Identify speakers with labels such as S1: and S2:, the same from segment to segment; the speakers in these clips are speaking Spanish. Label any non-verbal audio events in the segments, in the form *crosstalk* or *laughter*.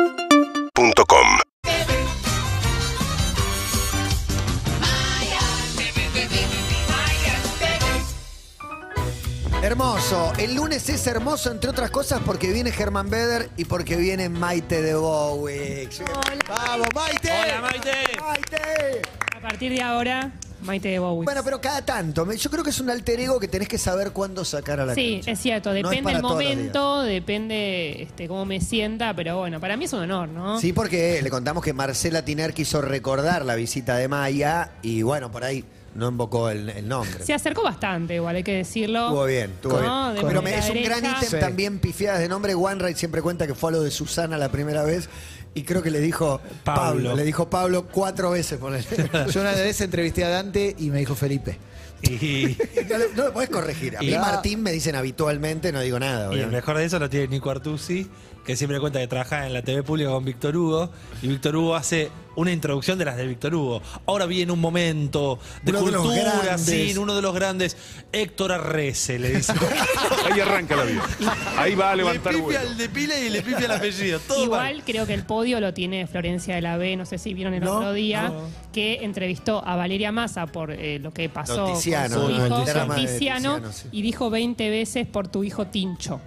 S1: UrbanaPlayFM.com
S2: Hermoso. El lunes es hermoso, entre otras cosas, porque viene Germán Beder y porque viene Maite de Bowix. ¡Vamos, Maite!
S3: Hola, Maite.
S2: ¡Maite!
S4: A partir de ahora, Maite de Bowie.
S2: Bueno, pero cada tanto. Me- Yo creo que es un alter ego que tenés que saber cuándo sacar a la
S4: sí,
S2: cancha.
S4: es cierto.
S2: No es
S4: Depende
S2: para
S4: el
S2: todos los
S4: momento, depende este, cómo me sienta, pero bueno, para mí es un honor, ¿no?
S2: Sí, porque le contamos que Marcela Tiner quiso recordar la visita de Maya y bueno, por ahí no invocó el, el nombre.
S4: Se acercó bastante, igual hay que decirlo.
S2: Estuvo bien, estuvo
S4: No,
S2: bien.
S4: de
S2: Pero me-
S4: manera
S2: es un gran
S4: derecha.
S2: ítem
S4: Sí.
S2: también pifiadas de nombre. OneRide siempre cuenta que fue a lo de Susana la primera vez y creo que le dijo Pablo.
S3: Pablo.
S2: le dijo Pablo cuatro veces, ponele.
S5: *laughs* Yo una vez entrevisté a Dante y me dijo Felipe. *laughs*
S3: Y,
S2: no, lo- no lo podés corregir. A mí
S3: Y-
S2: Martín me dicen habitualmente, no digo nada.
S3: y el
S2: obviamente.
S3: mejor de eso lo tiene Nico Artusi, que siempre cuenta que trabaja en la TV pública con Víctor Hugo. Y Víctor Hugo hace una introducción de las de Víctor Hugo. Ahora viene un momento de
S2: Uno de los
S3: cultura,
S2: grandes.
S3: sin uno de los grandes. Héctor Arrece, le
S6: *laughs*
S3: dice.
S6: Ahí arranca la vida. Ahí va a
S3: le
S6: levantar
S3: pipia
S6: vuelo.
S3: el depile y le pipia el apellido. Todo
S4: Igual
S3: mal.
S4: creo que el podio lo tiene Florencia de la B, no sé si vieron el
S2: No,
S4: otro día,
S3: no.
S4: que entrevistó a Valeria Massa por eh, lo que pasó
S2: Noticiano,
S4: con su
S3: ¿no?
S4: hijo,
S3: El drama
S2: de
S4: Noticiano,
S2: Tiziano, sí.
S4: y dijo 20 veces por tu hijo Tincho.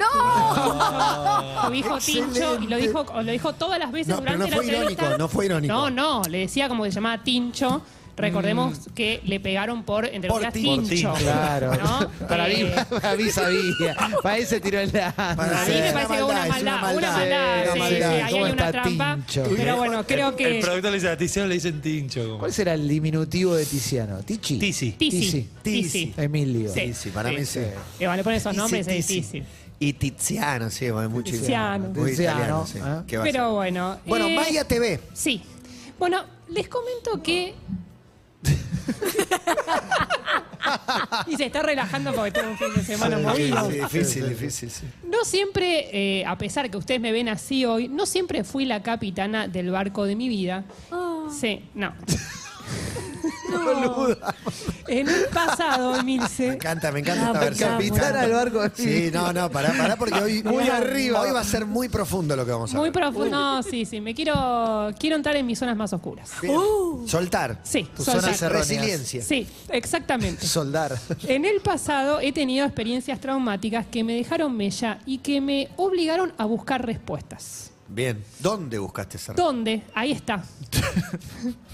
S3: Ah.
S4: *laughs* Tu hijo Tincho, y lo dijo, lo dijo todas las veces
S2: No, pero
S4: durante la
S2: no fue
S4: entrevista.
S2: irónico, no fue irónico. Mm.
S4: No, no, le decía como que se llamaba Tincho. Recordemos que le pegaron por, entre
S2: Por
S4: otras,
S2: Tincho.
S4: Tincho.
S3: Por Tincho.
S5: Claro.
S4: ¿no?
S5: *laughs* Para mí,
S4: Eh,
S5: para mí sabía. Para él se tiró el
S2: Para
S4: A
S2: Sí,
S4: mí me
S2: una
S4: parece que una
S2: maldad, es una
S4: maldad, una
S2: maldad,
S4: maldad,
S2: es
S4: sí,
S2: una
S4: sí,
S2: maldad.
S4: ahí hay
S5: ¿Cómo
S4: una
S5: está
S4: trampa.
S5: Tincho?
S4: Pero bueno, creo
S3: El
S4: que
S3: productor le dice a Tiziano, le dicen tincho. como.
S5: ¿Cuál será el diminutivo de Tiziano? Tichi.
S3: Tizi.
S4: Tizi,
S2: Tizi.
S4: Tizi.
S5: Emilio.
S4: Sí.
S2: Sí, sí, para mí sí.
S4: Eh, vale, poner esos
S2: Tizi,
S4: nombres es
S2: Tizi.
S4: difícil.
S2: Y Tiziano, sí, bueno, muy chileno.
S4: Tiziano.
S2: Muy italiano, sí.
S5: Tiziano, ¿eh?
S2: ¿Qué va a
S4: Pero
S2: ser?
S4: bueno.
S2: Bueno,
S4: eh,
S2: Maya TV.
S4: Sí. Bueno, les comento
S2: *laughs*
S4: que. y se está relajando porque tuvo un fin de semana movido.
S2: Sí, difícil, difícil, sí.
S4: No siempre, eh, a pesar que ustedes me ven así hoy, no siempre fui la capitana del barco de mi vida. Sí, no.
S2: *laughs*
S4: En el pasado,
S2: Me
S4: Emilce.
S2: encanta, me encanta
S7: Ah,
S2: esta
S7: me
S2: versión.
S7: encanta.
S2: Capitán
S5: al barco.
S2: Sí, no, no, pará, pará, porque hoy,
S5: Muy
S2: hoy-
S5: arriba.
S2: hoy va a ser muy profundo lo que vamos a
S4: Muy
S2: ver.
S4: profundo. No, sí, sí. Me quiero, quiero entrar en mis zonas más oscuras.
S2: Bien. Soltar.
S4: Sí,
S2: Tus
S4: soltar.
S2: zonas de resiliencia.
S4: Sí, exactamente.
S5: Soldar.
S4: En el pasado he tenido experiencias traumáticas que me dejaron mella y que me obligaron a buscar respuestas.
S2: Bien. ¿Dónde buscaste esa
S4: ¿Dónde? Ahí está.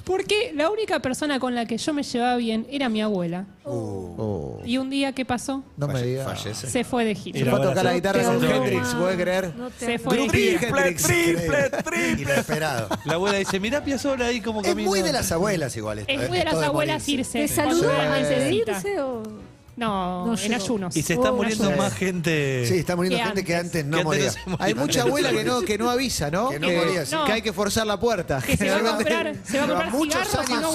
S4: Porque la única persona con la que yo me llevaba bien era mi abuela.
S5: Oh,
S4: Y un día, ¿qué pasó?
S5: no me
S2: Falle-
S5: digas.
S2: Fallece.
S4: Se fue de
S3: Y
S5: Se
S4: gira.
S3: la-
S5: fue a tocar la guitarra con
S3: Trauma.
S5: Hendrix, ¿puedes creer?
S7: No te
S4: Se
S7: hagas.
S4: fue de gira.
S5: Hendrix.
S2: Inesperado.
S3: La abuela dice, mirá Piazzolla ahí como
S2: Es
S3: camina.
S2: muy de las abuelas igual esto.
S4: Es
S2: eh,
S4: muy de las
S2: esto
S4: abuelas
S2: morirse.
S4: irse.
S7: ¿Te saludó
S4: Cuando
S7: antes de
S4: necesita.
S7: irse o...?
S4: No,
S7: No
S4: en
S7: llegó.
S4: ayunos.
S3: Y se está
S7: Oh,
S3: muriendo
S7: no sé.
S3: más gente.
S2: Sí, está muriendo
S4: Que
S2: gente que
S4: antes.
S2: antes no
S3: Que antes
S2: moría.
S3: no se moría.
S5: Hay mucha abuela que no, que no avisa, ¿no?
S2: Que no moría, sí.
S4: No.
S5: que hay que forzar la puerta.
S4: Que se va a comprar, se va a
S2: Lleva
S4: comprar
S2: muchos
S4: cigarros y no
S2: años.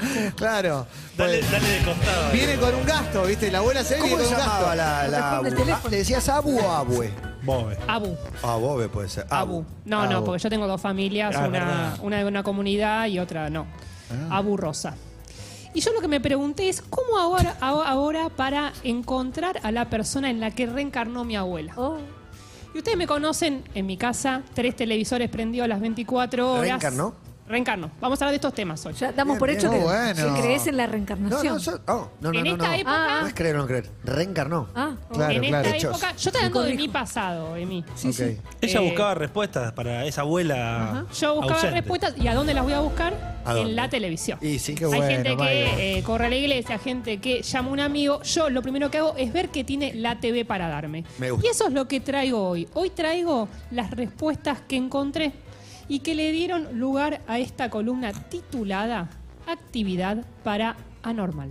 S4: vuelve.
S5: Claro.
S3: Dale, dale de costado.
S5: Viene con un gasto, ¿viste? La abuela se ve y
S2: ¿Cómo
S5: viene
S2: se
S5: con un gasto.
S2: llamaba la, la
S7: Responde el
S2: abu?
S7: teléfono.
S2: ¿Le decías abu o abue?
S3: Bobe.
S4: Abu.
S2: Abobe puede ser.
S4: Abu. No,
S5: Abu.
S4: no, porque yo tengo dos familias,
S3: Ah,
S4: una,
S3: verdad.
S4: una de una comunidad y otra no. Abu Rosa. Y yo lo que me pregunté es, ¿cómo ahora, aho- ahora para encontrar a la persona en la que reencarnó mi abuela?
S7: Oh.
S4: Y ustedes me conocen en mi casa, tres televisores prendidos a las 24 horas.
S2: ¿Reencarnó?
S4: Reencarnó. Vamos a hablar de estos temas hoy.
S7: Ya damos por
S2: Bien,
S7: hecho
S5: bien.
S7: que,
S5: Oh, bueno.
S7: que crees en la
S2: No,
S7: reencarnación.
S2: no, yo- oh, no, no,
S4: En
S2: no,
S4: esta
S2: no.
S4: época-
S2: No es creer o no creer. Reencarnó.
S7: Ah, oh.
S5: Claro,
S4: en
S5: claro.
S4: esta
S2: Hechos.
S4: época, yo estoy hablando de mi pasado, Emi.
S2: Ok.
S3: Ella
S4: Eh,
S3: buscaba respuestas para esa abuela.
S4: Yo buscaba
S3: ausente.
S4: respuestas y a dónde las voy a buscar
S2: ¿A dónde?
S4: en la televisión.
S2: Y sí,
S5: Qué
S4: Hay
S5: bueno,
S4: gente
S5: Mario.
S4: que eh, corre a la iglesia, gente que llama a un amigo. Yo lo primero que hago es ver qué tiene la TV para darme.
S2: Me gusta.
S4: Y eso es lo que traigo hoy. Hoy traigo las respuestas que encontré y que le dieron lugar a esta columna titulada Actividad para Anormal.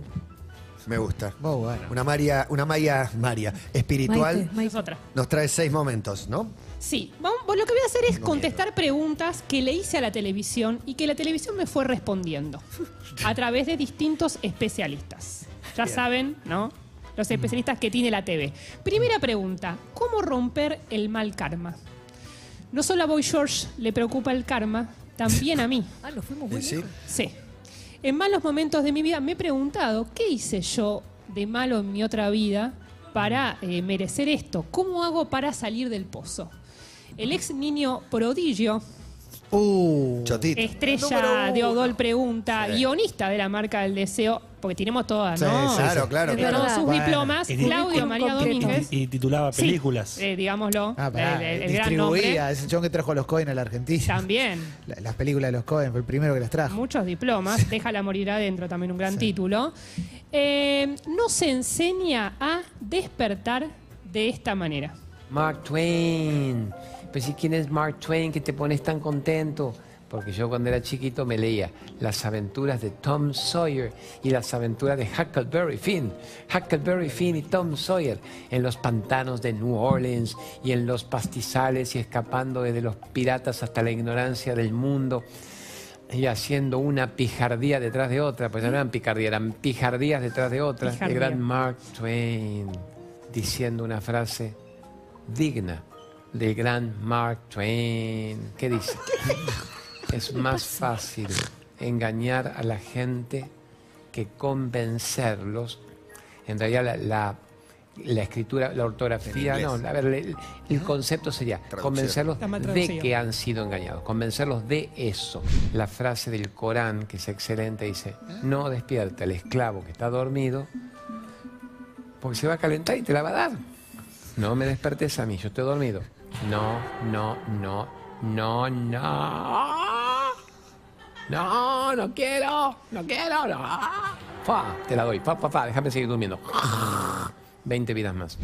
S2: me gusta.
S5: Muy bueno.
S2: Una María, una Maya, María, espiritual.
S7: Maite.
S4: Es otra.
S2: Nos trae seis momentos, ¿no?
S4: Sí, vamos, vos lo que voy a hacer es contestar preguntas que le hice a la televisión y que la televisión me fue respondiendo a través de distintos especialistas. Ya saben, ¿no? Los especialistas que tiene la TV. Primera pregunta, ¿cómo romper el mal karma? No solo a Boy George le preocupa el karma, también a mí.
S7: Ah, lo fuimos
S2: Y
S7: muy
S2: sí.
S7: lejos.
S4: Sí. En malos momentos de mi vida me he preguntado qué hice yo de malo en mi otra vida para eh, merecer esto? ¿Cómo hago para salir del pozo? El ex niño prodigio,
S5: Uh.
S2: Chotito.
S4: Eh, estrella de Odol Pregunta, guionista de la marca del deseo, porque tenemos todas,
S5: Sí,
S4: ¿no?
S5: sí,
S2: Claro, claro,
S4: Con
S2: claro.
S1: verdad.
S4: sus
S5: Bueno.
S4: diplomas,
S3: Y-
S4: Claudio María
S1: Concreto.
S4: Domínguez.
S3: Y titulaba
S4: Sí,
S3: películas.
S4: eh, digámoslo,
S5: Ah, pará,
S4: el, el- el gran
S5: distribuía,
S4: nombre.
S5: es el chabón que trajo a los Cohen a la Argentina.
S4: También.
S5: La- las películas de los Cohen, fue el primero que las trajo.
S4: Muchos diplomas, déjala morir adentro, también un gran título. Eh, no se enseña a despertar de esta manera.
S7: Mark Twain. Pues si quién es Mark Twain que te pones tan contento. Porque yo cuando era chiquito me leía las aventuras de Tom Sawyer y las aventuras de Huckleberry Finn. Huckleberry Finn y Tom Sawyer en los pantanos de New Orleans y en los pastizales y escapando desde los piratas hasta la ignorancia del mundo y haciendo una pijardía detrás de otra, pues no eran picardía, eran pijardías detrás de otras, el
S4: Pijardía.
S7: gran Mark Twain diciendo una frase digna del gran Mark Twain. ¿Qué dice? es más fácil engañar a la gente que convencerlos. En realidad la, la- la escritura, la ortografía,
S2: En
S7: no,
S2: inglés.
S7: a ver, el, el concepto sería
S2: Traducción.
S7: convencerlos
S4: Está mal
S7: de
S4: traducido.
S7: que han sido engañados, convencerlos de eso. La frase del Corán, que es excelente, dice, no despierta al esclavo que está dormido, porque se va a calentar y te la va a dar. No me despertes a mí, yo estoy dormido. No, no, no, no, no. No, no quiero, no quiero, no. Fa, te la doy, fa, fa, fa, déjame seguir durmiendo. 20 vidas más.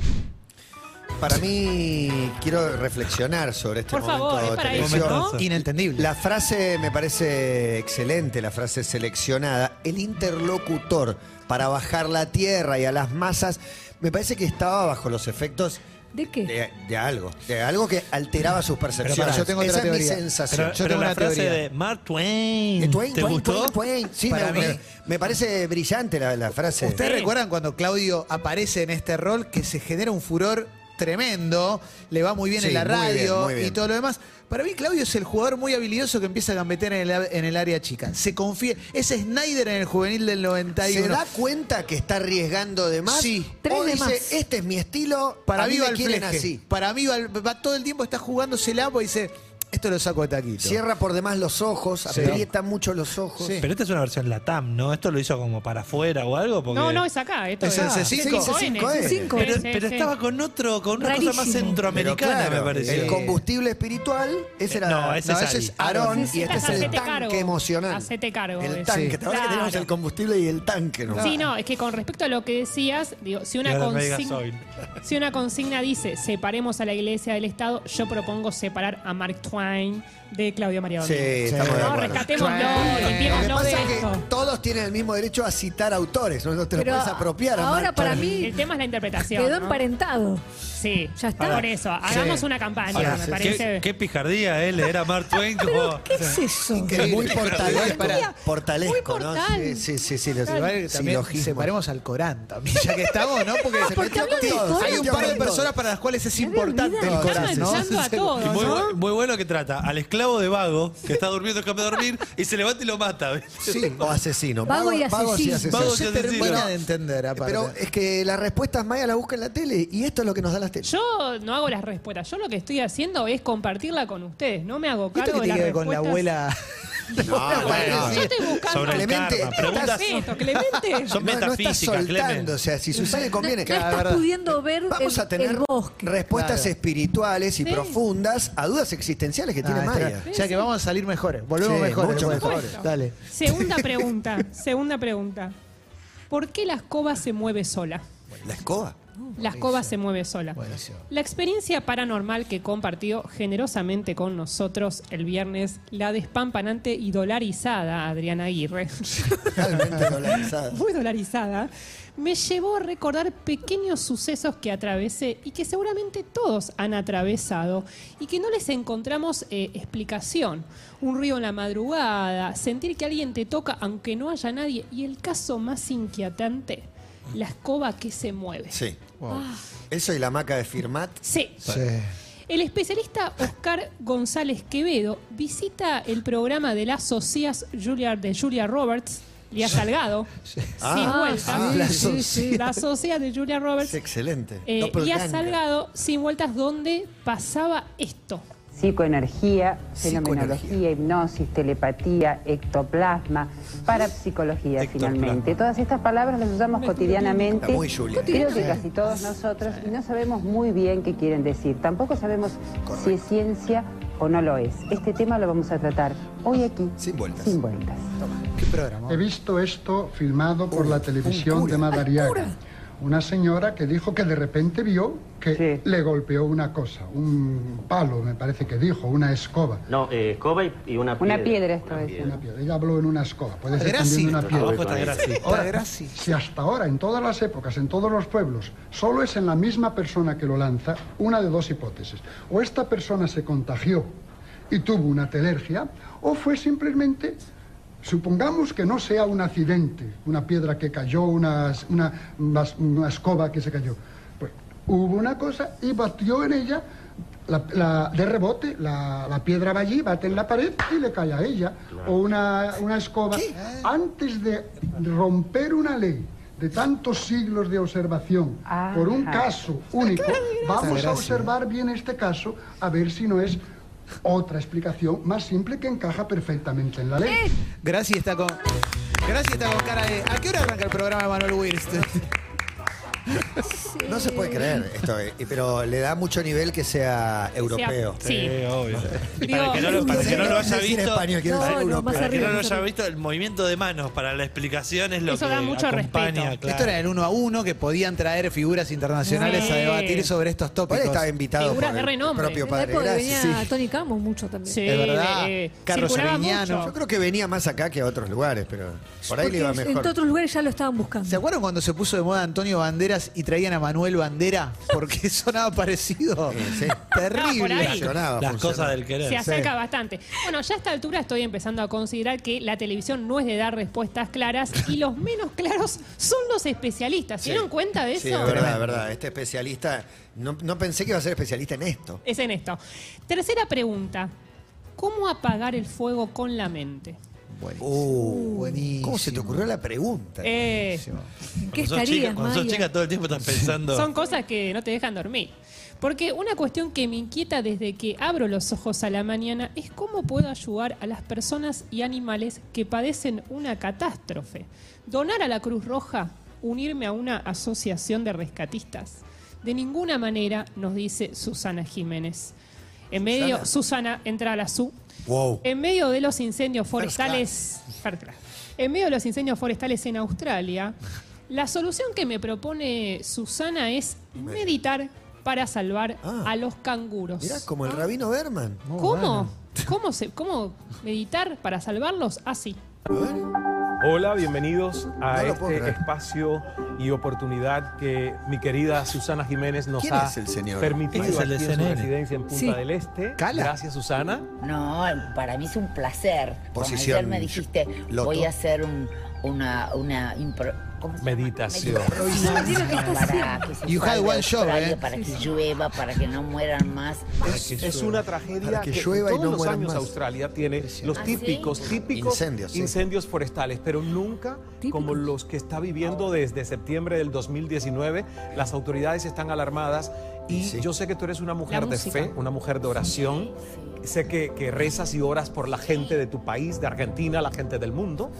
S2: Para mí, quiero reflexionar sobre este
S4: Por
S2: momento
S4: favor, es
S2: de
S4: para
S2: televisión.
S4: eso, ¿no?
S5: Inentendible.
S2: La frase me parece excelente, la frase seleccionada. El interlocutor para bajar la tierra y a las masas, me parece que estaba bajo los efectos
S1: ¿De qué?
S2: de, de algo, de algo que alteraba sus percepciones.
S3: pará, yo
S5: tengo
S2: Esa
S5: otra
S2: es mi
S5: teoría.
S3: Pero,
S2: sensación.
S5: Yo
S3: pero
S5: tengo
S3: la
S5: una
S3: frase
S5: teoría.
S3: de Mark Twain.
S2: Eh, Twain,
S3: ¿Te
S2: Twain,
S3: gustó?
S2: Twain, Twain. Sí,
S5: Para
S2: me,
S5: mí.
S2: me parece brillante la, la frase.
S5: ¿Ustedes recuerdan cuando Claudio aparece en este rol que se genera un furor tremendo? Le va muy bien
S2: Sí,
S5: en la
S2: muy bien,
S5: radio
S2: muy bien.
S5: y todo lo demás. Para mí, Claudio es el jugador muy habilidoso que empieza a gambetear en el, en el área chica. Se confía. Es Snyder en el juvenil
S2: ¿Se
S5: del 91.
S2: da cuenta que está arriesgando de más?
S5: Sí.
S1: Tres
S2: o
S1: de
S2: dice,
S1: más.
S2: este es mi estilo,
S5: Para
S2: a mí
S5: mí
S2: me
S5: va al
S2: quieren
S5: fleje.
S2: así.
S5: Para mí va, al- va todo el tiempo, está jugándosela porque dice, esto lo saco de taquito.
S2: Cierra por demás los ojos,
S5: Sí.
S2: aprieta mucho los ojos.
S5: Sí.
S3: Pero esta es una versión Latam, ¿no? Esto lo hizo como para afuera o algo. Porque...
S4: No, no, es acá. Esto
S5: Es el C5.
S2: C5,
S4: ON,
S2: eh.
S4: C5.
S3: Pero,
S4: Sí,
S3: pero
S4: sí.
S3: estaba con otro, con una cosa más
S1: Rarísimo.
S2: Pero
S3: centroamericana,
S2: claro,
S3: me pareció.
S2: El combustible espiritual, ese
S3: Eh,
S2: era.
S3: no, ese
S5: No,
S3: es
S5: ese
S3: Ari.
S5: es
S2: Aarón y este
S4: Necesitas
S2: es el
S4: hacerte
S2: tanque
S4: cargo.
S2: emocional.
S4: Hacete cargo de
S2: El
S4: eso.
S2: tanque.
S5: Sí.
S2: Te ahora que
S4: Claro.
S2: tenemos el combustible y el tanque, ¿no?
S4: Sí, no, es que con respecto a lo que decías, digo, si
S3: Y
S4: una,
S3: ahora no digas
S4: consigna,
S3: hoy.
S4: si una consigna dice separemos a la iglesia del Estado, yo propongo separar a Mark Twain de Claudio María
S2: Sí,
S4: Domínguez.
S2: estamos de
S4: no,
S2: acuerdo.
S4: rescatémoslo,
S5: Twain.
S2: Lo que
S4: limpiémoslo de
S2: pasa es que
S4: esto.
S2: todos tienen el mismo derecho a citar autores, no, No te lo puedes apropiar. a
S1: ahora
S2: Mark
S1: para
S2: Twain.
S1: mí
S4: El tema es la interpretación.
S1: quedó
S4: ¿no?
S1: emparentado.
S4: Sí,
S1: Ya está.
S4: Por eso, hagamos una campaña,
S3: Ahora,
S4: me
S3: ¿qué-
S4: parece.
S3: ¿Qué, pijardía, él era Mark
S4: *laughs*
S3: Twain. que jugaba-
S1: ¿Qué es eso?
S2: Que es muy
S5: Increíble.
S2: portalesco.
S5: Pará.
S2: portalesco,
S4: Muy
S2: ¿no?
S4: portal.
S2: Sí, sí, sí. sí, los-
S5: Igual también
S2: silogismos.
S5: separemos al Corán también, ya que estamos, ¿no? Porque
S2: Se metió
S1: hablan
S2: con
S1: de
S2: todos.
S1: Corán.
S5: hay un par de personas para las cuales es importante el
S1: olvidado.
S5: Corán, ¿no?
S4: manchando a
S3: Y
S4: todos,
S3: muy,
S4: ¿no?
S3: bu- muy bueno que trata al esclavo de vago que está durmiendo, escapa de dormir y se levanta y lo mata. ¿viste?
S2: Sí, o asesino.
S1: Vago y asesino.
S3: Vago
S5: Se
S3: Sí,
S5: termina
S3: bueno,
S5: de entender, aparte.
S2: eh, Pero es que las respuestas mayas las busca en la tele y esto es lo que nos da las teles.
S4: Yo no hago las respuestas. Yo lo que estoy haciendo es compartirla con ustedes. No me hago
S5: ¿Esto
S4: cargo
S5: qué
S4: de las
S5: tiene que ver con la
S4: respuestas.
S5: abuela?
S2: *laughs* No,
S4: Bueno,
S2: sí.
S4: yo estoy buscando.
S3: Ah, Sobre el
S2: Clemente,
S3: karma.
S2: ¿qué
S3: Preguntas,
S4: ¿Qué es esto, Clemente?
S5: *laughs*
S3: Son
S2: No, no estás
S3: metafísicas,
S2: soltando,
S3: Clemen.
S2: o sea, si Susana conviene.
S1: No, no
S5: Claro,
S1: estás
S5: verdad.
S1: pudiendo ver
S2: Vamos
S1: el,
S2: a tener
S1: el bosque.
S2: respuestas
S5: Claro.
S2: espirituales y
S4: Sí.
S2: profundas a dudas existenciales que tiene
S5: Ah,
S2: Maya.
S5: está- O sea que vamos a salir mejores, volvemos
S2: Sí,
S5: mejores.
S2: mucho
S5: después.
S2: mejores.
S5: Dale.
S4: Segunda pregunta. Segunda pregunta. ¿Por qué la escoba se mueve sola?
S2: La escoba.
S4: La escoba se mueve sola.
S5: Buenísimo.
S4: La experiencia paranormal que compartió generosamente con nosotros el viernes la despampanante y dolarizada Adriana Aguirre.
S2: Totalmente dolarizada.
S4: muy dolarizada, me llevó a recordar pequeños sucesos que atravesé y que seguramente todos han atravesado y que no les encontramos eh, explicación. Un río en la madrugada, sentir que alguien te toca aunque no haya nadie y el caso más inquietante, la escoba que se mueve.
S2: Sí. Eso y la maca de Firmat.
S4: Sí.
S5: Sí.
S4: El especialista Oscar González Quevedo visita el programa de las socias Julia, de Julia Roberts, Lía Salgado, Sin
S2: Ah,
S4: Vueltas,
S2: ah, la sociedad.
S4: La Sociedad de Julia Roberts.
S2: Es excelente.
S4: Eh, Lía
S2: Doppelganger.
S4: Salgado, Sin Vueltas, donde pasaba esto.
S1: Psicoenergía,
S2: Psicoenergía.
S1: fenomenología, hipnosis, telepatía, ectoplasma, parapsicología
S3: Ectoplasma.
S1: finalmente. Todas estas palabras las usamos
S2: Está
S1: cotidianamente.
S2: muy Julia.
S1: Creo que casi todos nosotros y no sabemos muy bien qué quieren decir. Tampoco sabemos si es ciencia o no lo es. Este tema lo vamos a tratar hoy aquí.
S2: Sin vueltas.
S1: Sin vueltas.
S5: ¿Qué programa?
S8: He visto esto filmado por
S2: Un-
S8: la
S2: un
S8: televisión
S2: cura.
S8: de Madariaga. Una señora que dijo que de repente vio que
S1: Sí.
S8: le golpeó una cosa, un palo, me parece que dijo, una escoba.
S9: No, eh, escoba y, y una piedra.
S1: Una piedra esto es.
S8: Una piedra. Ella habló en una escoba, puede ser
S5: Gracias.
S8: también de una
S3: Abajo
S8: piedra.
S3: está Graci.
S5: Ahora, Graci.
S8: Si hasta ahora, en todas las épocas, en todos los pueblos, solo es en la misma persona que lo lanza, una de dos hipótesis. O esta persona se contagió y tuvo una alergia, o fue simplemente, supongamos que no sea un accidente, una piedra que cayó, una, es- una, mas- una escoba que se cayó. Pues hubo una cosa y batió en ella. la- la- de rebote, la, la piedra va allí, bate en la pared y le cae a ella. O una, una escoba. Antes de romper una ley de tantos siglos de observación
S1: Ah.
S8: por un caso único, vamos
S5: Gracias.
S8: a observar bien este caso a ver si no es otra explicación más simple que encaja perfectamente en la ley.
S5: Graci está con. Graci está con cara de. ¿A qué hora arranca el programa de
S2: *laughs*
S5: Manuel Wirst?
S2: No se puede creer esto, eh, pero le da mucho nivel que sea europeo.
S4: Sí.
S3: Eh, obvio.
S4: Digo,
S3: para que no, lo- para que no lo haya
S2: Quiero decir
S3: visto.
S2: español, quiero decir
S3: para que no
S2: europeo.
S3: lo haya visto, el movimiento de manos para la explicación es lo
S4: Eso
S3: que
S4: da mucho
S3: acompaña,
S4: respeto.
S3: claro.
S5: Esto era el uno a uno que podían traer figuras internacionales
S4: Sí.
S5: a debatir sobre estos
S2: Igual
S5: tópicos.
S2: estaba invitado
S4: Figuras
S2: por
S4: de
S2: el
S4: renombre.
S2: propio
S4: En
S2: padre. Gracias. sí.
S10: Tony Camo mucho también.
S4: Sí,
S5: Es verdad.
S4: de-
S5: Carlos
S4: eh, circulaba
S5: Arguiñano.
S4: mucho.
S2: Yo creo que venía más acá que a otros lugares, pero por ahí le iba
S10: Porque En
S2: mejor.
S10: otros lugares ya lo estaban buscando.
S5: ¿Se acuerdan cuando se puso de moda Antonio Banderas y traían a Manuel Bandera? Porque *laughs* sonaba parecido.
S2: sí.
S4: Ah, por ahí.
S5: *laughs* Terrible.
S2: Funcionaba,
S3: Las
S2: funcionaba.
S3: cosas del querer.
S4: Se acerca
S2: Sí.
S4: bastante. Bueno, ya a esta altura estoy empezando a considerar que la televisión no es de dar respuestas claras y los menos claros son los especialistas. ¿Se
S2: Sí.
S4: dieron cuenta de eso?
S2: Sí, es verdad, es verdad. Este especialista, no, no pensé que iba a ser especialista en esto.
S4: Es en esto. Tercera pregunta. ¿Cómo apagar el fuego con la mente?
S2: Uh, ¿Cómo se te ocurrió la pregunta?
S4: Eh,
S10: ¿En qué
S3: Cuando sos chica-
S10: estarías,
S3: Cuando sos
S10: Maya?
S3: chica todo el tiempo estás pensando.
S4: son cosas que no te dejan dormir. Porque una cuestión que me inquieta desde que abro los ojos a la mañana es cómo puedo ayudar a las personas y animales que padecen una catástrofe. Donar a la Cruz Roja, unirme a una asociación de rescatistas. De ninguna manera, nos dice Susana Jiménez. En medio, Susana entra a la SU.
S2: Wow.
S4: En medio de los incendios forestales. First class. En medio de los incendios forestales en Australia, la solución que me propone Susana es meditar para salvar
S2: Ah.
S4: a los canguros.
S2: Mirá, como el rabino Berman.
S4: ¿Cómo? ¿Cómo, se, ¿Cómo meditar para salvarlos? Ah, Así.
S2: A ver.
S11: Hola, bienvenidos a
S2: No lo puedo
S11: este
S2: creer.
S11: espacio y oportunidad que mi querida Susana Jiménez nos
S2: ¿Quién
S11: ha
S2: es el señor?
S11: permitido
S3: Este es el
S11: aquí
S3: de
S11: en su
S3: CNN.
S11: residencia en Punta
S10: Sí.
S11: del Este.
S5: Cala.
S11: Gracias, Susana.
S1: No, para mí es un placer.
S2: Como Posición ayer me dijiste, loto. voy a
S1: hacer una, una
S11: Meditación.
S5: You had one job, ¿eh?
S1: para que llueva, para que no mueran más.
S11: Es una tragedia
S2: Para que llueva y
S11: todos
S2: no
S11: los
S2: mueran
S11: años
S2: más.
S11: Australia tiene los
S1: ¿Ah, sí?
S11: típicos, típicos
S2: Incendios, sí.
S11: incendios forestales, pero nunca como los que está viviendo desde septiembre del 2019. Las autoridades están alarmadas y
S2: Sí.
S11: yo sé que tú eres una mujer de
S4: La música.
S11: fe, una mujer de oración. Sé que, que rezas y oras por la gente de tu país, de Argentina, la gente del mundo.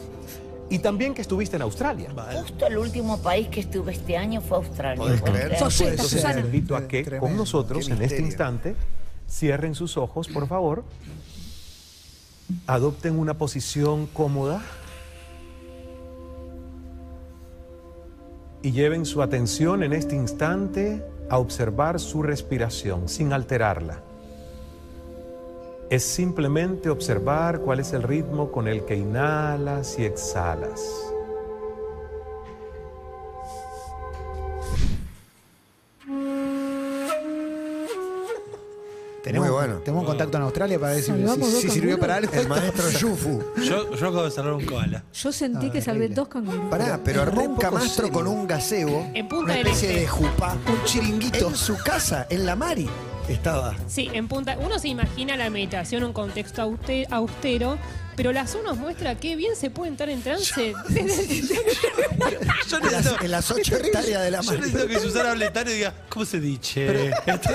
S11: Y también que estuviste en Australia.
S1: Justo el último país que estuve este año fue Australia.
S2: ¿Podés creer?
S10: Sos yeta,
S11: Entonces les
S10: Susana.
S11: invito a que con
S2: Tremendo,
S11: nosotros en
S2: qué
S11: este
S2: misterio.
S11: instante cierren sus ojos, por favor. Adopten una posición cómoda. Y lleven su atención en este instante a observar su respiración sin alterarla. Es simplemente observar cuál es el ritmo con el que inhalas y exhalas.
S5: Tenemos,
S2: Muy bueno.
S5: tenemos un contacto en Australia para ver si,
S10: Salvamos
S5: si-
S10: dos
S5: si sirvió
S10: canguros.
S5: para algo.
S2: El
S5: *laughs*
S2: maestro Yufu.
S3: Yo, yo acabo de cerrar un koala.
S10: Yo sentí que salvé dos canguros.
S2: Pará, pero
S5: Es re
S2: armó un
S5: poco
S2: camastro
S5: serio.
S2: con un gasebo.
S4: En Punta
S2: una
S4: del
S2: especie
S4: Este.
S2: de jupá.
S5: Un chiringuito.
S2: En su casa, en la Mari, estaba.
S4: Sí, en punta. Uno se imagina la meditación en un contexto aute- austero, Pero la zona nos muestra qué bien se puede entrar en *laughs* trance.
S2: En las- en las ocho hectáreas de la
S3: Yo
S2: mano. *laughs*
S3: necesito que Susana hable tan y diga, ¿cómo se dice? Esto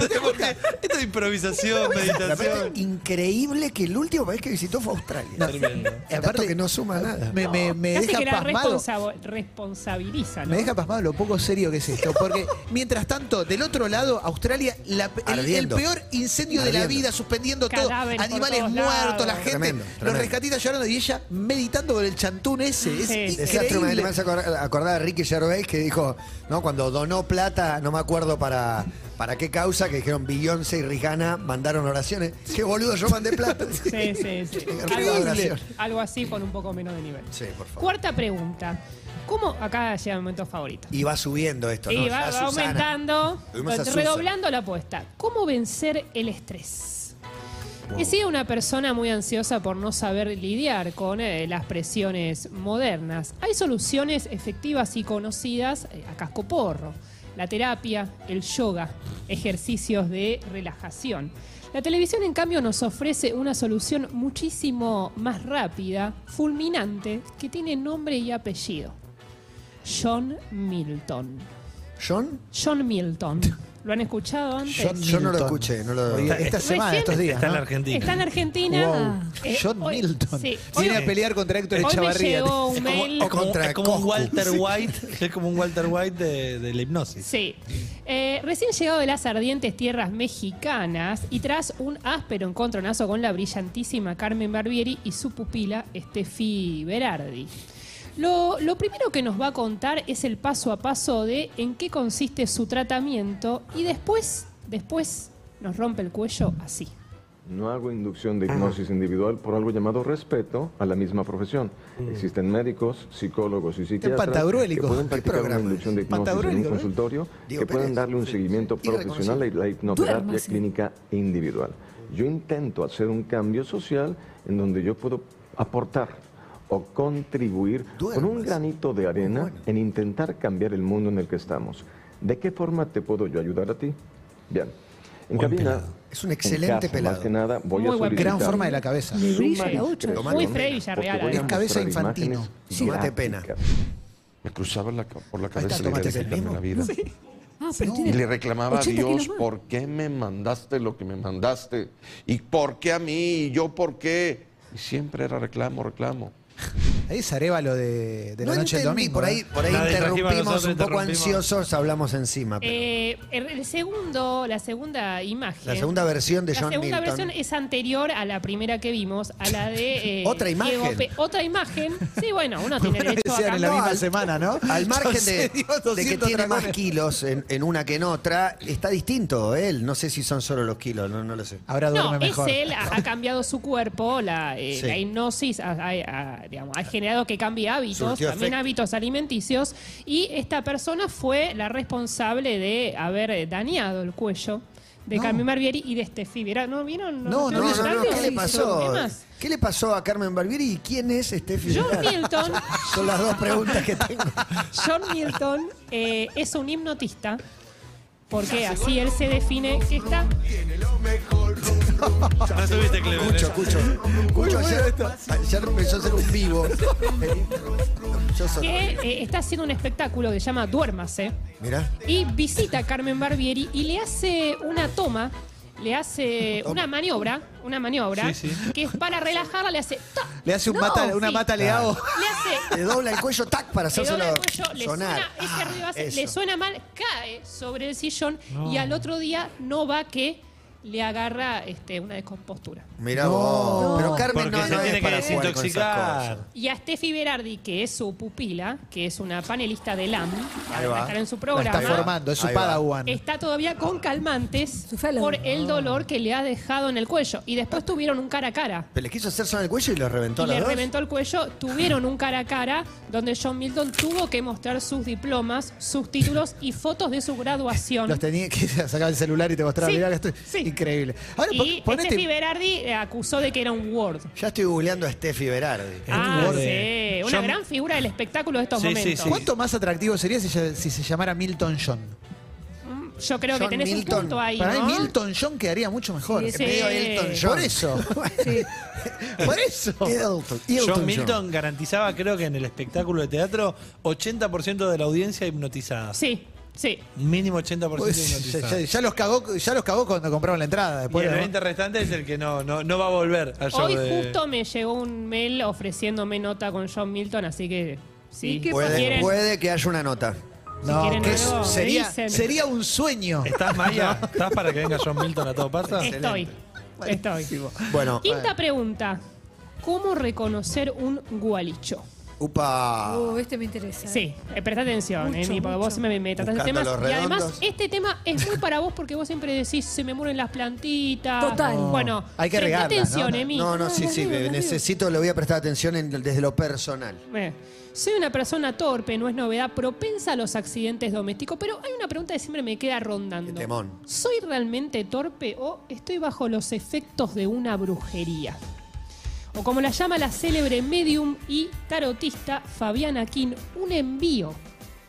S3: esto es improvisación,
S2: La verdad
S3: meditación.
S2: es increíble que el último país que visitó fue Australia.
S3: Tremendo.
S2: Y aparte que no suma nada.
S5: Me, me- me
S4: Casi
S5: deja
S4: que la
S5: pasmado.
S4: responsab- responsabiliza, ¿no?
S5: Me deja pasmado lo poco serio que es esto, porque mientras tanto, del otro lado, Australia, la- el- el,
S2: Ardiendo.
S5: peor incendio de la
S2: Ardiendo.
S5: vida, suspendiendo todo,
S4: Cadáveres por
S5: animales
S4: todos
S5: muertos, la
S4: lados.
S5: gente,
S2: Tremendo,
S5: los
S2: tremendo.
S5: rescatistas llorando y ella meditando con el chantún ese. Es
S4: Sí.
S2: Desastre humanitario.
S5: increíble.
S2: Me hace acordar, acordar a Ricky Gervais que dijo, ¿no? Cuando donó plata, no me acuerdo para, para qué causa, que dijeron Beyoncé y Rihanna mandaron oraciones. Qué boludo, yo mandé plata.
S4: Sí, sí,
S2: *laughs*
S4: sí.
S2: Arriba
S4: Algo,
S2: oración.
S4: algo así con un poco menos de nivel.
S2: Sí, por favor.
S4: Cuarta pregunta. ¿Cómo acá llega mi momento favorito?
S2: Y va subiendo esto, ¿no?
S4: Y
S2: Ya
S4: va, va
S2: Susana.
S4: aumentando,
S2: Tuvimos a Susana.
S4: redoblando la apuesta. ¿Cómo vencer el estrés? He sido una persona muy ansiosa por no saber lidiar con eh, las presiones modernas. Hay soluciones efectivas y conocidas eh, a casco porro. La terapia, el yoga, ejercicios de relajación. La televisión, en cambio, nos ofrece una solución muchísimo más rápida, fulminante, que tiene nombre y apellido. John Milton.
S2: ¿John?
S4: John Milton. ¿Lo han escuchado antes?
S5: John
S2: Yo no lo
S5: Milton.
S2: escuché, no lo
S5: Oye, esta semana,
S4: Recién-
S5: estos días.
S3: Está en la
S5: ¿no?
S3: Argentina.
S4: Está en Argentina.
S5: Wow.
S4: Eh,
S5: John
S4: hoy-
S5: Milton.
S4: sí. Hoy,
S5: Viene a pelear contra Héctor
S4: hoy me
S5: Echavarría.
S4: llegó un
S2: Es como-
S4: mail.
S2: es como-
S3: Es como un
S2: Coscu.
S3: Walter White, es como un Walter White de, de la hipnosis.
S4: Sí. Eh, recién llegado de las ardientes tierras mexicanas y tras un áspero encontronazo con la brillantísima Carmen Barbieri y su pupila Steffi Berardi. Lo, lo primero que nos va a contar es el paso a paso de en qué consiste su tratamiento y después, después nos rompe el cuello así.
S12: No hago inducción de hipnosis individual por algo llamado respeto a la misma profesión.
S2: Mm.
S12: Existen médicos, psicólogos y psiquiatras que
S5: pantagruélico.
S12: pueden
S5: ¿Qué
S12: practicar una
S2: programa
S12: inducción de
S5: es?
S12: hipnosis en un
S5: Pantagruélico, ¿eh?
S12: consultorio
S2: Diego
S12: que pueden
S2: Pérez.
S12: darle un
S2: Sí,
S12: seguimiento
S2: sí,
S12: profesional a la hipnoterapia
S10: Duérmase.
S12: clínica individual. Yo intento hacer un cambio social en donde yo puedo aportar o contribuir con un
S2: Duérmase.
S12: granito de arena
S2: Bueno.
S12: en intentar cambiar el mundo en el que estamos. ¿De qué forma te puedo yo ayudar a ti? Bien. En
S3: Buen
S12: cabina,
S3: pelado.
S2: Es un excelente
S12: en casa,
S2: pelado.
S12: Más que nada, voy
S4: Muy
S12: a
S4: buen
S12: solicitar
S5: Gran forma de la cabeza.
S10: Me
S12: suma
S10: brilla la
S12: y
S10: ocho.
S12: discreción,
S2: Muy
S4: Fred Villarreal,
S12: porque voy
S4: ¿eh?
S12: a
S5: Es cabeza
S12: mostrar
S5: infantino.
S12: imágenes
S2: Sí. Tomate pena.
S12: gráficas.
S6: Me cruzaba la ca- por la
S2: está,
S6: cabeza la idea de
S2: tómate el
S6: quitarme
S2: mismo.
S6: la vida.
S10: Ah, pero
S6: Y
S10: tiene
S6: le reclamaba a
S10: 80 kilos
S6: Dios,
S10: más.
S6: ¿por qué me mandaste lo que me mandaste? ¿Y por qué a mí? ¿Y yo por qué? Y siempre era reclamo, reclamo.
S5: Ahí es Arevalo de, de la
S2: No
S5: noche del
S2: entendí,
S5: domingo.
S2: por ahí,
S5: ¿eh?
S2: por ahí
S3: La distrajimos
S2: interrumpimos,
S3: nosotros,
S2: un poco
S3: interrumpimos.
S2: ansiosos, hablamos encima. pero
S4: Eh, el el segundo, la segunda imagen.
S2: la segunda versión de
S4: La
S2: John
S4: segunda
S2: Milton.
S4: versión es anterior a la primera que vimos, a la de... eh,
S2: Otra imagen.
S4: Pe- otra imagen. Sí, bueno,
S2: *laughs*
S4: uno tiene
S5: Bueno,
S4: derecho a
S5: decían en la
S4: cambiar.
S5: misma semana, ¿no?
S2: Al margen de,
S5: Entonces, dio
S2: de que
S5: 200
S2: tiene más
S5: dragones.
S2: kilos en, en una que en otra, está distinto él. No sé si son solo los kilos, no, no lo sé.
S5: Ahora duerme
S4: No,
S5: mejor.
S4: es él, ha, ha cambiado su cuerpo, la, eh,
S2: Sí.
S4: la hipnosis ha, ha- ha- digamos, ha generado que cambie hábitos,
S2: Surtió
S4: también
S2: efecto.
S4: hábitos alimenticios, y esta persona fue la responsable de haber eh, dañado el cuello de
S5: No.
S4: Carmen Barbieri y de Steffi. Vera- ¿No vieron?
S5: No,
S2: No,
S5: no,
S2: no,
S5: eso
S2: no,
S5: no,
S2: ¿qué le pasó?
S4: ¿Qué más?
S2: ¿Qué le pasó a Carmen Barbieri y quién es
S5: este?
S2: Steffi? *laughs*
S4: John
S2: Gerard?
S4: Milton,
S2: Son las dos preguntas que tengo.
S4: John Milton eh, es un hipnotista, porque así él se define que está...
S3: No estuviste, Clemen.
S2: Cucho, Cucho. Cucho, ayer, ayer empezó a ser un
S4: *laughs*
S2: vivo. Yo soy.
S4: que eh, está haciendo un espectáculo que se llama Duérmase
S2: *laughs* Mirá.
S4: y visita a Carmen Barbieri y le hace una toma, le hace una maniobra, una maniobra
S3: Sí, sí.
S4: que es para relajarla, le hace ta.
S5: Le hace un
S4: No,
S5: mata, una
S4: sí.
S5: mata leao.
S4: Le hace
S2: Le dobla el cuello, tac, para
S4: le
S2: hacerse
S4: dobla
S2: la
S4: el cuello, le
S2: sonar. Ah,
S4: suena, ese ruido hace- le
S2: eso.
S4: suena mal, cae sobre el sillón y al otro día no va que le agarra este, una descompostura.
S2: Mirá vos. Pero
S3: Porque
S2: Carmen no,
S3: se
S2: no
S3: tiene
S2: es
S3: que
S2: para jugar con esas
S3: desintoxicar.
S2: cosas.
S4: Y a Steffi Berardi, que es su pupila, que es una panelista de LAM,
S2: Ahí
S4: va
S2: va.
S4: a estar en su
S5: La
S4: programa.
S5: está formando, es su
S2: Ahí va.
S5: padawan.
S4: está todavía con calmantes
S10: Su fellow.
S4: por el dolor que le ha dejado en el cuello. Y después tuvieron un cara a cara.
S2: Pero le quiso hacer sonar el cuello y lo reventó
S4: Y
S2: a las
S4: le
S2: dos.
S4: reventó el cuello. Tuvieron un cara a cara donde John Milton tuvo que mostrar sus diplomas, sus títulos y fotos de su graduación.
S5: Los tenía que *laughs* sacar el celular y te mostraba,
S4: Sí,
S5: mirá que estoy.
S4: sí.
S5: Increíble. Ahora pon-
S4: y
S5: ponete.
S4: Steffi Berardi eh, acusó de que era un Word.
S2: Ya estoy googleando a Steffi Berardi.
S4: Ah,
S3: Word.
S4: sí. Una
S3: John-
S4: gran figura del espectáculo de estos
S3: Sí, sí,
S4: momentos.
S3: sí.
S5: ¿Cuánto más atractivo sería si, se- si se llamara Milton John?
S4: Yo creo que
S5: John
S4: tenés
S5: Milton.
S4: un punto ahí,
S5: Para
S4: ¿no?
S5: mí Milton John quedaría mucho mejor.
S4: Sí, sí. Medio Elton John.
S5: Por *laughs* eso. Por eso.
S3: John Milton garantizaba, creo que en el espectáculo de teatro, 80% de la audiencia hipnotizada.
S4: Sí, sí.
S3: Mínimo 80%
S5: Pues, ya,
S3: hipnotizada.
S5: ya- ya los cagó, ya los cagó cuando compraron la entrada.
S3: Y
S5: Después
S3: el
S5: ¿no?
S3: 20 restante es el que no, no, no va a volver al show
S4: Hoy
S3: de-
S4: justo me llegó un mail ofreciéndome nota con John Milton, así que sí.
S2: Puede,
S4: ¿Quieren?
S2: puede que haya una nota.
S5: No,
S4: quieren
S5: que es-
S4: algo, me
S5: sería,
S4: dicen.
S5: sería un sueño.
S3: ¿Estás,
S4: *laughs*
S3: Maya? ¿Estás para que venga John Milton a todo pasa?
S4: Estoy. Estoy.
S2: Bueno,
S4: Quinta pregunta. ¿Cómo reconocer un gualicho?
S2: upa.
S10: Oh, este me interesa.
S4: Sí, eh, presta atención,
S10: Mucho,
S4: Emi, porque vos
S10: mucho.
S4: siempre me, me tratás de
S2: Buscando
S4: temas.
S2: los
S4: Y además,
S2: redondos.
S4: este tema es muy para vos porque vos siempre decís, se me mueren las plantitas.
S10: Total. No,
S4: Bueno,
S5: hay que
S4: presta
S5: regarlas,
S4: atención,
S5: ¿no?
S4: Emi.
S2: No, no, sí, sí, me- necesito, le voy a prestar atención en- desde lo personal.
S4: Eh, Soy una persona torpe, no es novedad, propensa a los accidentes domésticos, pero hay una pregunta que siempre me queda rondando.
S2: Qué temón.
S4: ¿Soy realmente torpe o estoy bajo los efectos de una brujería? O como la llama la célebre medium y tarotista Fabiana King, un envío.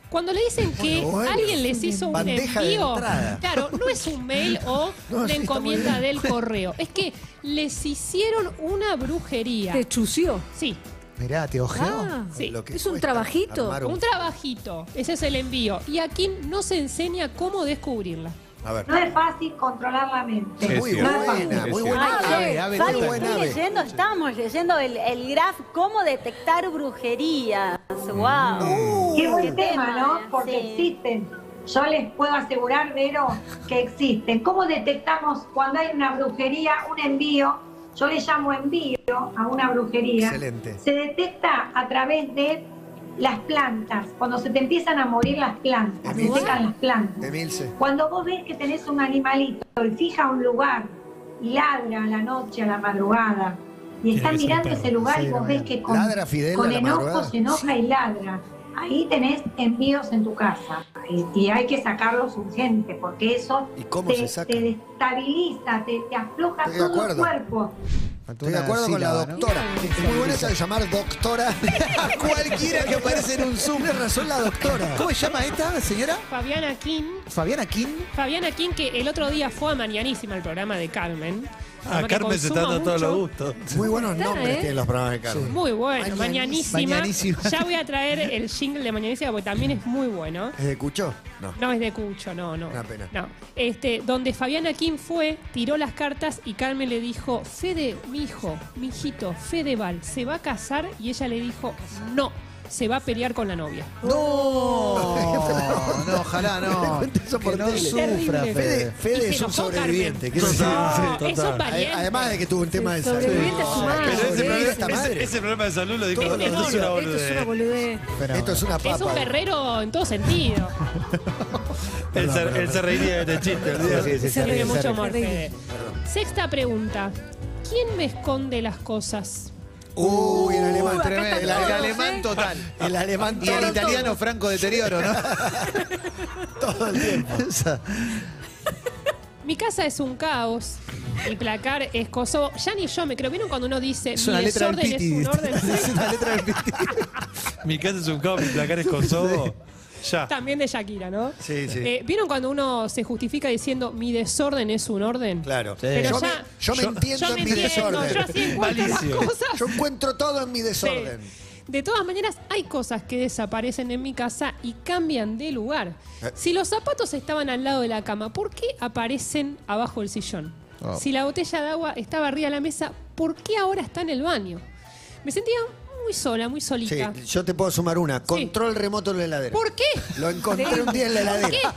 S4: Cuando le dicen que
S2: Bueno, bueno.
S4: alguien les hizo un
S2: Bandeja de
S4: envío,
S2: entrada.
S4: claro, no es un
S2: *laughs*
S4: mail o
S2: No,
S4: de
S2: sí, está muy
S4: encomienda
S2: bien.
S4: del correo, es que les hicieron una brujería.
S10: Te chució.
S4: Sí,
S5: Mirá, te ojeo.
S10: Ah,
S4: sí.
S2: Lo que
S10: es un
S2: cuesta
S10: trabajito.
S2: armar
S4: Un trabajito, ese es el envío. Y aquí no se enseña cómo descubrirla.
S2: A ver.
S13: No es fácil controlar la mente.
S6: Es
S2: Muy
S6: cierto.
S2: buena,
S6: Es
S2: muy
S6: cierto.
S2: buena.
S5: Ave,
S10: ¿eh?
S5: ave,
S14: Fabi,
S5: total.
S14: estoy
S2: ave.
S14: leyendo, estamos leyendo el, el graph cómo detectar brujerías. Wow.
S13: Qué buen tema,
S14: ¿eh?
S13: ¿no? Porque existen. Yo les puedo asegurar, Vero, que existen. ¿Cómo detectamos cuando hay una brujería, un envío? Yo le llamo envío a una brujería.
S2: Excelente.
S13: Se detecta a través de las plantas, cuando se te empiezan a morir las plantas, se
S2: Emilce.
S13: secan las plantas.
S2: Emilce.
S13: Cuando vos ves que tenés un animalito y fija un lugar y ladra a la noche, a la madrugada, y está
S2: que ser un
S13: mirando
S2: perro,
S13: ese lugar
S2: seis
S13: y
S2: de la
S13: vos ves
S2: mañana.
S13: que con,
S2: Ladra Fidel
S13: con
S2: a la
S13: enojo
S2: madrugada.
S13: se enoja y ladra. Ahí tenés envíos en tu casa y, y hay que sacarlos urgente porque eso
S2: ¿Y cómo
S13: te,
S2: se saca?
S13: te destabiliza, te, te afloja
S2: Estoy de
S13: todo el
S2: acuerdo.
S13: cuerpo.
S5: Faltó
S2: Estoy de
S5: una
S2: acuerdo con la
S5: sílaba, ¿no?
S2: doctora. Es muy buena esa de llamar doctora *laughs* a cualquiera que aparece en un Zoom. Tiene razón la doctora.
S5: ¿Cómo se llama esta señora?
S4: Fabiana King,
S5: Fabiana King.
S4: Fabiana King que el otro día fue a Mañanísima al programa de Carmen.
S3: Ah,
S4: Programa que
S3: Carmen se está
S4: consuma
S3: dando todos los
S4: mucho.
S3: gustos.
S2: Muy buenos
S4: Está,
S2: nombres
S4: ¿eh?
S2: tienen los programas de Carlos.
S4: Muy bueno,
S2: Mañanís-
S4: mañanísima.
S2: Mañanísima.
S4: Ya voy a traer el jingle de mañanísima porque también es muy bueno.
S2: ¿Es de Cucho? No.
S4: No es de Cucho, no, no.
S2: Una pena.
S4: No. Este, donde Fabiana Kim fue, tiró las cartas y Carmen le dijo, Fede, mi hijo, mi hijito, Fedeval, ¿se va a casar? Y ella le dijo, no, se va a pelear con la novia.
S2: *laughs*
S5: No, no, ojalá no. Que no sufra,
S4: Terrible.
S5: Fede.
S2: Fede, Fede
S4: Y se
S2: es un
S4: enojó
S2: sobreviviente.
S4: Carmen.
S2: quiero
S3: Total,
S2: decir.
S4: No, eso es
S3: total.
S4: valiente.
S2: Además de que tuvo un tema de salud.
S10: Sobreviviente a su madre.
S3: Pero ese problema,
S2: Esta madre.
S3: ese- ese problema de salud lo dijo
S2: Todo
S3: todo,
S2: lo
S3: es una
S10: Esto es una
S3: boludez.
S10: boludez.
S5: Pero
S2: Esto es una papa.
S4: Es un guerrero en todo sentido.
S3: Él se- Él se reiría de este chiste. olvídate.
S5: Sí, sí, sí,
S4: Se
S5: sí,
S4: ríe
S5: sí, sí.
S4: mucho amor, Fede. Sexta pregunta. ¿Quién me esconde las cosas?
S2: Uy, el alemán.
S5: Tremendo. El,
S2: El,
S5: alemán total.
S2: el alemán
S5: Y
S2: todo,
S5: el italiano franco deterioro, ¿no?
S2: todo el tiempo.
S5: Esa-
S4: Mi casa es un caos. Mi placar es coso. Ya ni yo me creo. ¿Vieron cuando uno dice
S5: Es
S4: mi
S5: una letra del
S4: desorden es
S5: piti.
S4: un orden?
S5: Es una letra del piti.
S3: Mi casa es un caos, mi placar es
S5: *laughs*
S3: Kosovo. Ya.
S4: También de Shakira, ¿no?
S2: Sí, sí.
S4: Eh, ¿Vieron cuando uno se justifica diciendo mi desorden es un orden?
S2: Claro.
S4: Pero
S2: yo,
S4: ya-
S2: me, yo me entiendo
S4: Yo me
S2: en mi
S4: entiendo,
S2: desorden.
S4: yo así encuentro las
S3: Malicio.
S4: cosas.
S2: Yo encuentro todo en mi desorden.
S4: De todas maneras, hay cosas que desaparecen en mi casa y cambian de lugar.
S2: Eh.
S4: Si los zapatos estaban al lado de la cama, ¿por qué aparecen abajo del sillón?
S6: Ah.
S4: Si la botella de agua estaba arriba de la mesa, ¿por qué ahora está en el baño? Me sentía muy sola, muy
S2: Sí,
S4: solita.
S2: yo te puedo sumar una. Control remoto en la heladera.
S4: ¿Por qué?
S2: Lo encontré un día en la
S4: ¿Por
S2: heladera.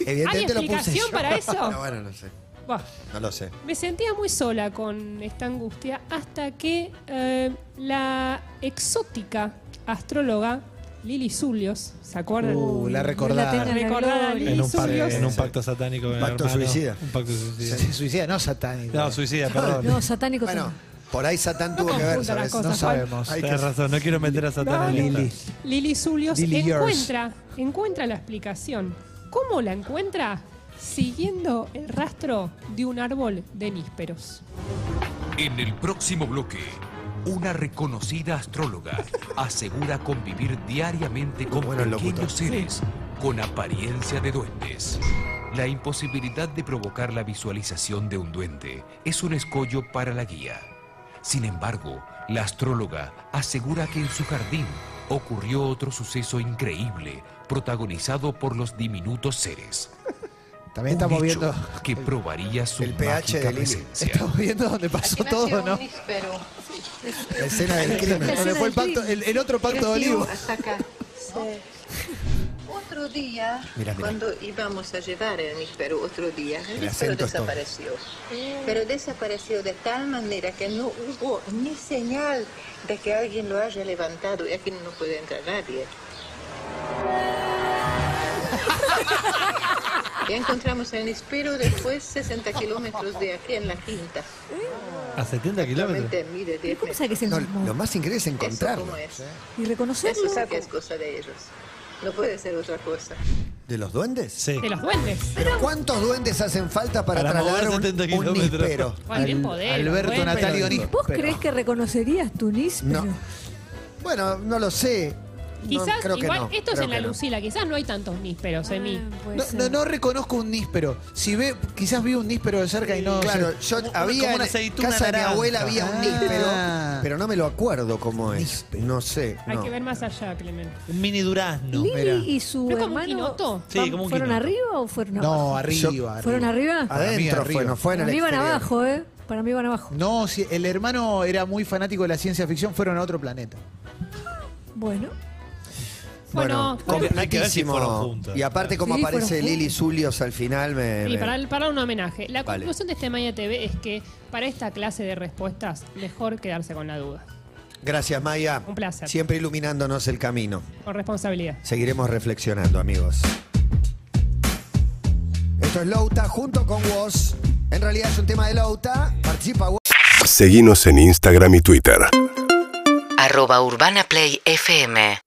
S2: Evidentemente lo puse
S4: explicación
S2: yo.
S4: para eso?
S2: *laughs* No, bueno, no sé.
S4: Bah.
S2: No lo sé.
S4: Me sentía muy sola con esta angustia hasta que eh, la exótica astróloga Lili Zulios, ¿se acuerdan?
S5: Uh, la
S10: La tengo
S5: recordada.
S10: en la
S4: Recordada,
S10: gloria.
S3: En un, pacto,
S4: Suicidio.
S3: en un pacto satánico. con el
S2: Pacto
S3: hermano.
S2: suicida.
S3: Un pacto suicida.
S5: Se suicida, no satánico.
S3: No, suicida, perdón.
S10: No, satánico.
S2: Bueno,
S10: también.
S2: por ahí Satán tuvo que ver,
S4: conjunto las
S2: ¿sabes?
S4: cosas.
S5: no sabemos.
S2: Hay que
S3: Tienes razón, no quiero meter a Satán en
S5: Lili.
S3: Lili.
S4: Lili Zulios
S5: Lili Yours.
S4: encuentra, encuentra la explicación. ¿Cómo la encuentra? Siguiendo el rastro de un árbol de nísperos.
S15: En el próximo bloque, una reconocida astróloga asegura convivir diariamente con
S2: Bueno, locutor.
S15: pequeños seres con apariencia de duendes. La imposibilidad de provocar la visualización de un duende es un escollo para la guía. Sin embargo, la astróloga asegura que en su jardín ocurrió otro suceso increíble protagonizado por los diminutos seres.
S5: También
S15: Un
S5: estamos
S15: hecho
S5: viendo
S15: que probaría su
S5: el pH
S15: mágica
S5: del hilo.
S15: presencia.
S5: Estamos viendo donde pasó
S16: Aquí nació
S5: todo, ¿no?
S16: un níspero.
S5: La
S15: *laughs*
S5: escena del crimen.
S16: La
S5: Donde
S16: escena
S5: fue el,
S16: del
S5: pacto-
S16: crimen.
S5: el- el otro pacto de
S16: Creció
S5: olivo.
S16: hasta
S5: *laughs*
S16: acá. Otro día,
S5: Mira, mira.
S16: cuando íbamos a llevar el níspero, otro día, el
S5: El
S16: níspero
S5: acento es todo.
S16: desapareció. Pero desapareció de tal manera que no hubo ni señal de que alguien lo haya levantado y aquí no puede entrar nadie. Ya encontramos el níspero después 60 kilómetros de aquí en la quinta.
S3: A 70 kilómetros.
S16: Realmente mide 10
S10: ¿Cómo sabe que es el
S2: No,
S10: mismo?
S2: lo más increíble es
S16: Eso como
S2: encontrarlo.
S16: es.
S10: Y reconocerlo.
S16: Eso sí que es cosa de ellos. No puede ser otra cosa.
S2: ¿De los duendes?
S3: Sí.
S4: De los duendes.
S2: ¿Pero cuántos duendes hacen falta para,
S3: Para mover
S2: trasladar un,
S3: 70
S2: un
S3: kilómetros.
S2: níspero?
S4: Juan, qué poder,
S5: Alberto
S4: buen
S5: Natalio
S4: pelotudo.
S5: Nis-
S10: ¿Vos
S5: Pero-
S10: crees que reconocerías tu níspero?
S2: No. Bueno, no lo sé. No,
S4: Quizás,
S2: creo que
S4: igual,
S2: no,
S4: esto es
S2: creo
S4: en la
S2: que no.
S4: Lucila, quizás no hay tantos nísperos en
S10: Ah,
S4: mí.
S5: No, no, no reconozco un níspero. Si ve, quizás vi un níspero de cerca y no.
S2: Claro,
S5: sé.
S2: yo había
S3: una
S2: en
S3: aceituna
S2: casa de mi
S3: naranja.
S2: abuela había un níspero,
S5: Ah. este.
S2: pero no me lo acuerdo cómo es. No sé.
S4: Hay
S2: no.
S4: que ver más allá, Clemente.
S3: Un mini durazno.
S10: ¿Lili
S2: Mira.
S10: y su
S4: ¿No es como un
S10: hermano
S4: quinoto?
S3: Sí,
S10: van-
S3: como un
S10: fueron
S3: quinoto.
S10: arriba o fueron abajo?
S5: No, arriba.
S10: ¿Fueron arriba?
S5: Para mí
S2: Adentro
S5: arriba.
S2: fue, no fue en
S10: Para
S2: el
S10: mí van
S2: exterior.
S10: abajo, ¿eh? Para mí van abajo.
S5: No, si el hermano era muy fanático de la ciencia ficción, fueron a otro planeta.
S10: Bueno,
S4: Bueno,
S3: bueno, hay que ver si
S2: complicadísimo.
S3: fueron juntos.
S2: Y aparte, como
S10: Sí,
S2: aparece
S10: fueron
S2: Lili
S10: juntos.
S2: Zulios al final, me.
S4: Y
S2: me-
S4: para, para un homenaje. La
S2: Vale.
S4: conclusión de este Maya TV es que para esta clase de respuestas, mejor quedarse con la duda.
S2: Gracias, Maya.
S4: Un placer.
S2: Siempre iluminándonos el camino.
S4: Con responsabilidad.
S2: Seguiremos reflexionando, amigos. Esto es Louta junto con Woz. En realidad es un tema de Louta. Participa Woz.
S17: Seguinos en Instagram y Twitter.
S18: Arroba Urbana Play FM